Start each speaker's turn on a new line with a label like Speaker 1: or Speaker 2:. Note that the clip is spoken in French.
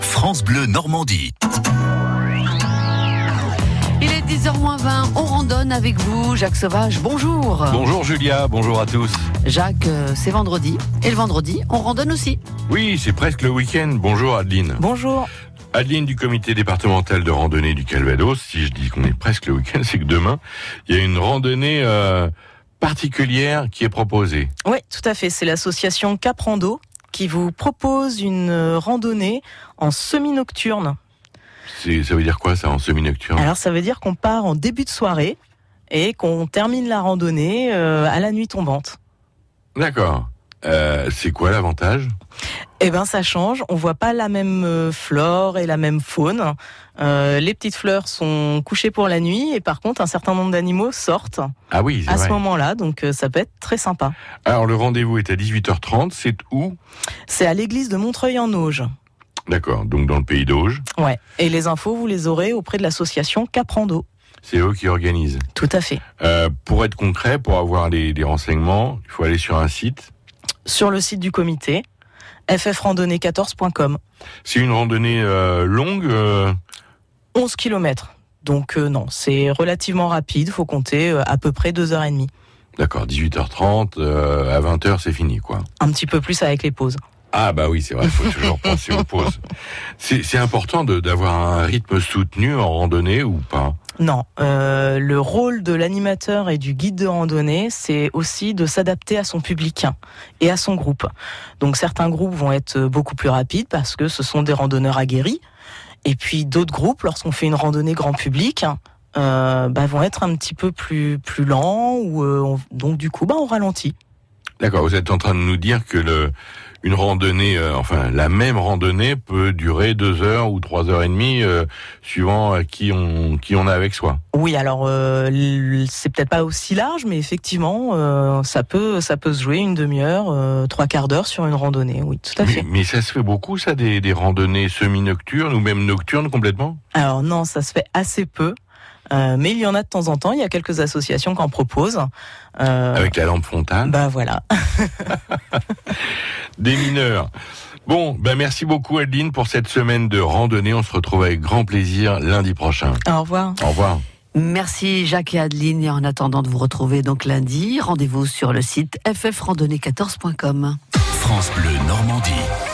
Speaker 1: France Bleu Normandie.
Speaker 2: Il est 10h20, on randonne avec vous, Jacques Sauvage, bonjour.
Speaker 3: Ah.
Speaker 4: Bonjour Julia, bonjour à tous.
Speaker 2: Jacques, euh, c'est vendredi, et le vendredi, on randonne aussi.
Speaker 4: Oui, c'est presque le week-end. Bonjour Adeline.
Speaker 3: Bonjour.
Speaker 4: Adeline du comité départemental de randonnée du Calvados. Si je dis qu'on est presque le week-end, c'est que demain, il y a une randonnée euh, particulière qui est proposée.
Speaker 3: Oui, tout à fait. C'est l'association Caprando qui vous propose une euh, randonnée en semi-nocturne.
Speaker 4: C'est, ça veut dire quoi ça en semi-nocturne
Speaker 3: Alors ça veut dire qu'on part en début de soirée et qu'on termine la randonnée euh, à la nuit tombante.
Speaker 4: D'accord. Euh, c'est quoi l'avantage
Speaker 3: Eh ben ça change, on voit pas la même euh, flore et la même faune. Euh, les petites fleurs sont couchées pour la nuit et par contre un certain nombre d'animaux sortent
Speaker 4: Ah oui, c'est
Speaker 3: à ce
Speaker 4: vrai.
Speaker 3: moment-là, donc euh, ça peut être très sympa.
Speaker 4: Alors le rendez-vous est à 18h30, c'est où
Speaker 3: C'est à l'église de Montreuil-en-Auge.
Speaker 4: D'accord, donc dans le pays d'Auge.
Speaker 3: Ouais. Et les infos, vous les aurez auprès de l'association Caprando.
Speaker 4: C'est eux qui organisent.
Speaker 3: Tout à fait.
Speaker 4: Euh, pour être concret, pour avoir les, les renseignements, il faut aller sur un site.
Speaker 3: sur le site du comité ffrandonnée14.com.
Speaker 4: C'est une randonnée euh, longue. euh,
Speaker 3: 11 km. Donc euh, non, c'est relativement rapide, faut compter euh, à peu près 2h30.
Speaker 4: D'accord, 18h30, euh, à 20h c'est fini quoi.
Speaker 3: Un petit peu plus avec les pauses.
Speaker 4: Ah bah oui, c'est vrai, faut toujours penser aux pauses. C'est c'est important de- d'avoir un rythme soutenu en randonnée ou pas
Speaker 3: Non, euh, le rôle de l'animateur et du guide de randonnée, c'est aussi de s'adapter à son public et à son groupe. Donc certains groupes vont être beaucoup plus rapides parce que ce sont des randonneurs aguerris. Et puis d'autres groupes, lorsqu'on fait une randonnée grand public, euh, bah, vont être un petit peu plus plus lents ou euh, on- donc du coup bah, on ralentit.
Speaker 4: D'accord, vous êtes en train de nous dire que le une randonnée, euh, enfin la même randonnée peut durer deux heures ou trois heures et demie, euh, suivant euh, qui on qui on a avec soi.
Speaker 3: Oui, alors euh, l- c'est peut-être pas aussi large, mais effectivement, euh, ça peut ça peut se jouer une demi-heure, euh, trois quarts d'heure sur une randonnée. Oui, tout à
Speaker 4: Mais,
Speaker 3: fait.
Speaker 4: mais ça se fait beaucoup ça des, des randonnées semi-nocturnes ou même nocturnes complètement
Speaker 3: Alors non, ça se fait assez peu. euh, mais il y en a de temps en temps, il y a quelques associations qui en proposent. Euh,
Speaker 4: avec la lampe frontale.
Speaker 3: Bah voilà.
Speaker 4: des mineurs. Bon, ben merci beaucoup Adeline pour cette semaine de randonnée. On se retrouve avec grand plaisir lundi prochain.
Speaker 3: Au revoir.
Speaker 4: Au revoir.
Speaker 2: Merci Jacques et Adeline, et en attendant de vous retrouver donc lundi, rendez-vous sur le site ffrandonnée14.com.
Speaker 1: France Bleu Normandie.